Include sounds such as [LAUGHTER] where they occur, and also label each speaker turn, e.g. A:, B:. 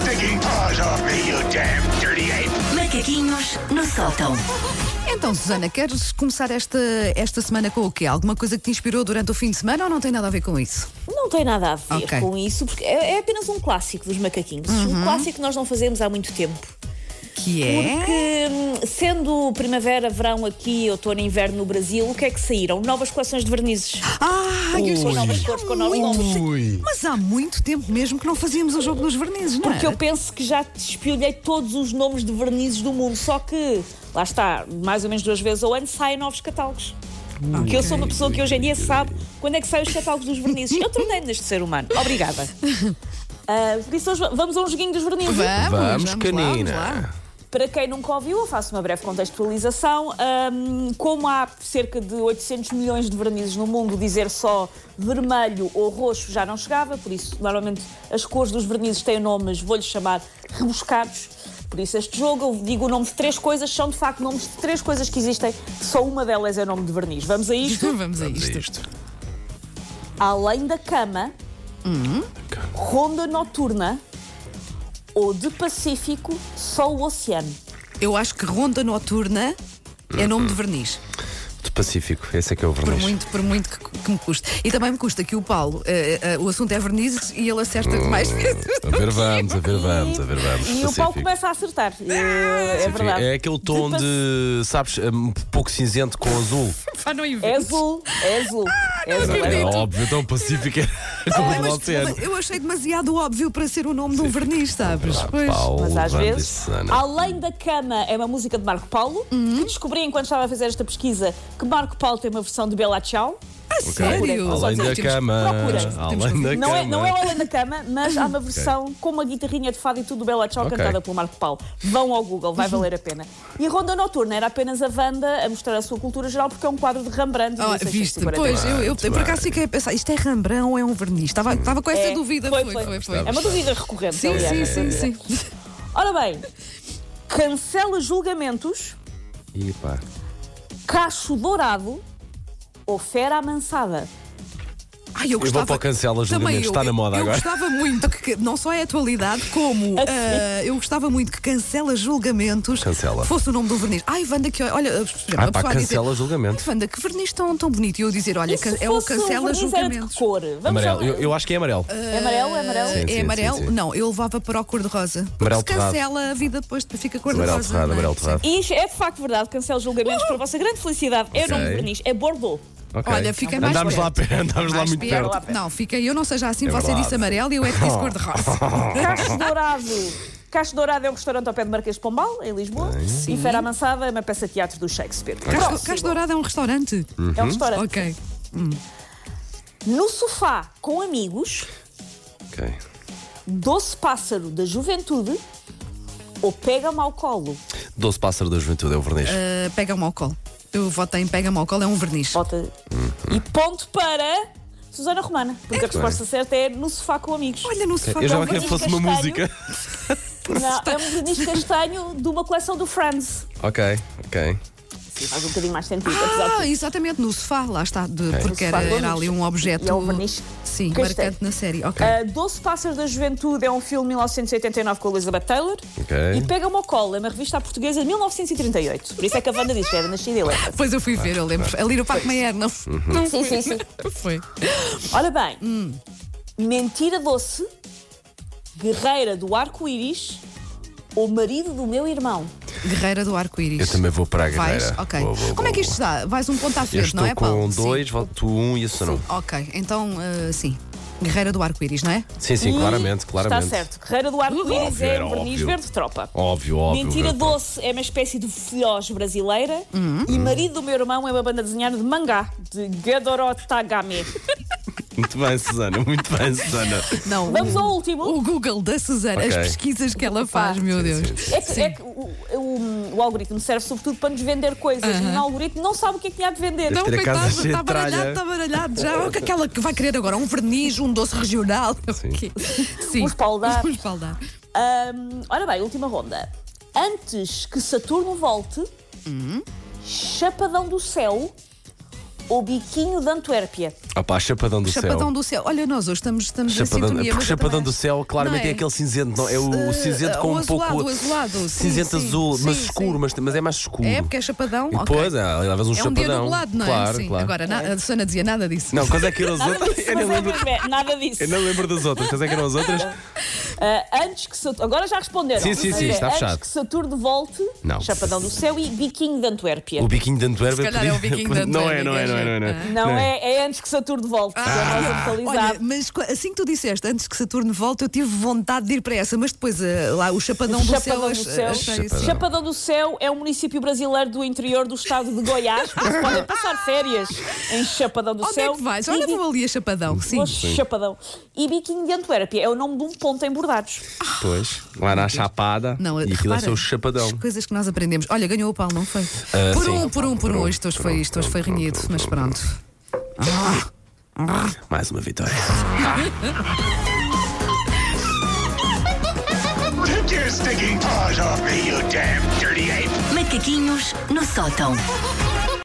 A: taking paws off me, you damn dirty ape!
B: Macaquinhos no sótão.
C: Então, Susana, queres começar esta, esta semana com o quê? Alguma coisa que te inspirou durante o fim de semana ou não tem nada a ver com isso?
D: Não tem nada a ver
C: Ok. Uhum.
D: com isso, porque é, é apenas um clássico dos macaquinhos. Um clássico que nós não fazemos há muito tempo.
C: Que é?
D: Porque, hum, sendo primavera, verão aqui, outono e inverno no Brasil, o que é que saíram? Novas coleções de vernizes.
C: Ah, eu
D: Com novas cores, com novos nomes.
E: Ui.
C: Mas há muito tempo mesmo que não fazíamos o jogo dos vernizes, não é?
D: Porque eu penso que já te espiolhei todos os nomes de vernizes do mundo, só que, lá está, mais ou menos duas vezes ao ano saem novos catálogos. Porque eu sou uma pessoa que hoje em dia sabe quando é que saem os catálogos dos vernizes. Eu tornei-me neste ser humano.
C: [LAUGHS]
D: Obrigada. Ah, por isso, hoje vamos a um joguinho dos vernizes.
C: Vamos,
E: Vamos,
C: lá,
E: canina.
C: vamos lá.
D: Para quem nunca ouviu, eu faço uma breve contextualização. Ahm, como há cerca de 800 milhões de vernizes no mundo, dizer só vermelho ou roxo já não chegava, por isso, normalmente, as cores dos vernizes têm nomes, vou-lhes chamar rebuscados. Por isso, este jogo, eu digo o nome de três coisas, são de facto nomes de três coisas que existem, só uma delas é nome de verniz. Vamos
C: [LAUGHS]
D: a isto?
C: Vamos a isto.
D: Além da cama, ronda noturna ou de Pacífico, só o oceano.
C: Eu acho que Ronda Noturna é nome de verniz.
E: Do Pacífico, esse é que é o
C: Por
E: Uhum. verniz.
C: muito, por muito que, que me custe. E também me custa que o Paulo, eh, eh, o assunto é vernizes e ele acerta mais vezes.
E: Hum, A ver, vamos, a ver, vamos, a ver, vamos.
D: E o
E: Pacífico.
D: Paulo começa a acertar.
C: Ah,
D: É, é
E: Pacífico.
D: verdade.
E: É aquele tom
D: pac-
E: de, sabes, um pouco cinzento com azul.
C: Pá, não
D: É
C: inventes.
D: azul, é azul.
C: Ah,
D: é azul.
E: Era
D: é azul.
E: óbvio, tão pacífico é como
C: Mas-
E: o oceano.
C: mas eu achei demasiado óbvio para ser o nome de um verniz,
E: Ah,
C: sabes? Pois.
E: Paulo,
D: Mas às
E: Wanda e
D: vezes,
E: Susana.
D: Além da Cama é uma música de Marco Paulo, que descobri enquanto estava a fazer esta pesquisa que Marco Paulo tem uma versão de Bela Tchau.
C: A sério?
E: Além da
C: Temos que
E: cama.
D: procura.
C: Temos que-
E: Além da
D: Não é,
E: cama.
D: não é o Além da Cama, mas há uma versão com uma guitarrinha de fado e tudo do Bela Tchau
E: Ok.
D: cantada pelo Marco Paulo. Vão ao Google, vai valer a pena. E a Ronda Noturna era apenas a Wanda a mostrar a sua cultura geral porque é um quadro de Rembrandt. de
C: Ah, viste?
D: 1649.
C: Pois, eu, eu
E: Muito
C: por
E: bem.
C: acaso fiquei a pensar, isto é Rambrão ou é um verniz? Estava, estava com essa
D: É,
C: dúvida.
D: foi,
C: Foi,
D: foi.
C: foi, foi.
D: É uma dúvida recorrente,
C: Sim,
D: aliás.
C: sim,
D: essa
C: sim,
D: dúvida.
C: sim. [LAUGHS]
D: Ora bem, cancela julgamentos,
E: E pá.
D: cacho dourado ou fera amansada.
C: Ai, eu
E: vou
C: gostava.
E: para o cancela julgamento,
C: Também eu-
E: está na moda
C: eu
E: agora.
C: gostava muito que, não só é atualidade,
D: [LAUGHS]
C: como ah, eu gostava muito que cancela julgamentos
E: Cancela.
C: fosse o nome do verniz. Ai, Wanda, que olha, por exemplo,
E: Ah,
C: uma
E: pá,
C: pessoa a dizer,
E: cancela julgamento.
C: "Ai, Wanda, que verniz tão, tão bonito. E eu dizer, olha,
D: E se
C: can- é o
D: fosse um
C: cancela
D: verniz, era de que
C: julgamentos.
D: cor? Vamos
E: Amarelo,
D: lá.
E: eu, eu acho que é amarelo.
D: É amarelo, é amarelo.
E: Sim.
C: É amarelo?
E: sim.
C: Não, eu levava para o cor-de-rosa. Porque
E: Amarelo
C: se
E: torrado.
C: cancela a vida depois fica cor-de-rosa.
E: Amarelo terrado,
C: não é?
E: amarelo
C: Sim.
E: terrado.
D: E isto é de facto verdade, cancela julgamentos para a vossa grande felicidade. É o nome
E: Ok.
D: de verniz, é Bordeaux.
E: Ok.
C: Olha, fiquei mais
E: Andámos lá,
C: perto.
E: perto, andámos lá
C: Mais
E: muito perto.
C: Não, fica eu não seja assim,
E: É
C: você
E: verdade.
C: disse amarelo e eu é que
E: [LAUGHS]
C: disse cor-de-rosa.
D: Cacho Dourado. Cacho Dourado é um restaurante ao pé de Marquês de Pombal, em Lisboa. E Fera Amansada é uma peça de teatro do Shakespeare.
C: Cais-
D: Próximo.
C: Cais Dourado é um restaurante?
E: Hum.
D: É
E: Uhum.
D: um restaurante.
C: Ok.
D: No sofá com amigos,
E: Ok.
D: doce pássaro da juventude ou pega-me ao colo.
E: Doce pássaro da juventude é o verniz.
C: Uh, Pega-me ao colo. Eu voto em pega-me ao colo, é um verniz.
D: Bota. E ponto para Susana Romana, porque a resposta certa é no sofá com amigos.
C: Olha, não se fala.
E: eu já
C: ao
E: queria que
C: verniz.
E: fosse uma
D: castanho.
E: música.
D: Não, é um verniz castanho de uma coleção do Friends.
E: Ok, ok.
D: Sim, faz um bocadinho mais sentido, apesar
C: Ah,
D: de.
C: exatamente, no sofá, lá está, de- porque
D: No sofá
C: era,
D: com
C: era ali
D: verniz.
C: um objeto.
D: E é um verniz
C: Sim,
D: castanho.
C: marcante na série. Ok.
D: Ah, Doce Pássaros da Juventude é um filme de 1989 com a Elizabeth Taylor.
E: Ok.
D: E Pega-me ao colo é uma revista portuguesa de 1938. Por isso é que a Wanda disse que era nascida e eleita.
C: Depois eu fui ver, eu lembro.
E: Ah,
C: Ali no Parque Mayer, não,
E: Hum.
C: não
D: Sim, sim, sim.
C: [LAUGHS] foi.
D: Ora bem, mentira doce, guerreira do arco-íris ou marido do meu irmão?
C: Guerreira do Arco-Íris.
E: Eu também vou para a
C: Vais?
E: guerreira.
C: Ok.
E: Vou, vou,
C: Como
E: vou,
C: é que isto
E: vou.
C: está? Vais um ponto à
E: Eu
C: frente,
E: estou
C: não é, Paulo?
E: com
C: Sim.
E: dois, voto tu um e isso não.
C: Ok, então, ah, sim. Guerreira do Arco-Íris, não é?
E: Sim, sim,
D: E
E: claramente, claramente.
D: Está certo. Guerreira do arco-íris
E: Óbvio,
D: é
E: era
D: um verniz
E: óbvio.
D: verde tropa.
E: Óbvio, óbvio.
D: Mentira
E: verde.
D: Doce é uma espécie de filhós brasileira e Marido do Meu Irmão é uma banda desenhada de mangá, de Gedoro Tagame.
E: Muito bem, Susana, muito bem, [LAUGHS] Susana.
C: Não.
D: Vamos
C: o-
D: ao último.
C: O Google da Suzana,
E: Ok.
C: as pesquisas que ela faz, meu Deus.
D: É que, é que o, o- o algoritmo serve sobretudo para nos vender coisas e o algoritmo não sabe o que é que lhe há de vender.
C: Não,
E: Ter a casa
C: coitado,
E: cheia de
C: está tá baralhado,
E: tralha.
C: está baralhado já. Que Aquela que vai querer agora um verniz, um doce regional.
E: Sim.
C: Ok. Sim.
D: Um espaldar.
C: Um espaldar.
D: Ahm, ora bem, última ronda.
E: Uhum.
D: Antes que Saturno volte, Chapadão do Céu O biquinho de Antuérpia.
E: Ah pá, chapadão do
C: Chapadão
E: céu.
C: do céu. Olha, nós hoje estamos, estamos em
E: Chapadão,
C: sintonia.
E: porque
C: mas eu
E: Chapadão
C: também-
E: do Céu claramente
C: Não
E: é? aquele cinzento, não, é o, o
C: Eh,
E: cinzento
C: eh,
E: com
C: o
E: um
C: azulado,
E: pouco.
C: o azulado, sim,
E: cinzento
C: sim.
E: azul, mas
C: Sim,
E: escuro,
C: sim.
E: Mas, mas é mais escuro.
C: É, porque é chapadão.
E: E depois,
C: ok.
E: ah, levas um
C: é um dia
E: chapadão.
C: nublado, não é?
E: Claro,
C: sim.
E: claro.
C: Agora, na- a Susana dizia nada disso.
E: Não, quais é
C: [LAUGHS]
E: que eram as
D: Nada
E: outras?
D: disso,
E: [LAUGHS] Eu
D: mas
E: não
D: é
E: lembro,
D: bebé, nada disso.
E: eu não lembro das outras. Quais é que eram as outras?
D: Ah, antes que Saturno. Agora já responderam.
E: Sim, sim,
D: Mas
E: sim,
D: é,
E: está fechado.
D: Antes que Saturno volte,
E: Não.
D: Chapadão do Céu e Biquinho de Antuérpia.
E: O biquinho de Antuérpia.
C: Se calhar é o
E: podia-
C: biquinho de
E: Não é,
C: Antuérpia,
E: não é, não é, não é. Não é. Ah.
D: Não, é, é antes que Saturno volte. é mais atualizado.
C: Olha, mas co- assim que tu disseste, antes que Saturno volte, eu tive vontade de ir para essa, mas depois eh, lá o Chapadão do Céu. é
D: Chapadão do
C: ach-
D: Céu.
C: achei isso.
E: Chapadão.
D: Chapadão do Céu é um município brasileiro do interior do estado de Goiás, por isso podem passar férias em Chapadão do
C: Onde
D: Céu.
C: é que vais? Olha,
D: E Bi-
C: vou ali a Chapadão. Sim.
D: Oh, Chapadão. E Biquinho de Antuérpia é o nome de um ponto em Bordados.
E: Pois, lá na Chapada.
C: Não,
E: e aquilo é
C: repara,
E: seu chapadão.
C: As coisas que nós aprendemos. Olha, ganhou o Paulo, não foi?
E: Ah,
C: por
E: sim.
C: um, por um, por um. Isto hoje foi, isto hoje foi renhido, mas pronto.
E: Mais uma vitória.
A: Take your stinking paws off me, you damn dirty ape!
B: Macaquinhos no sótão.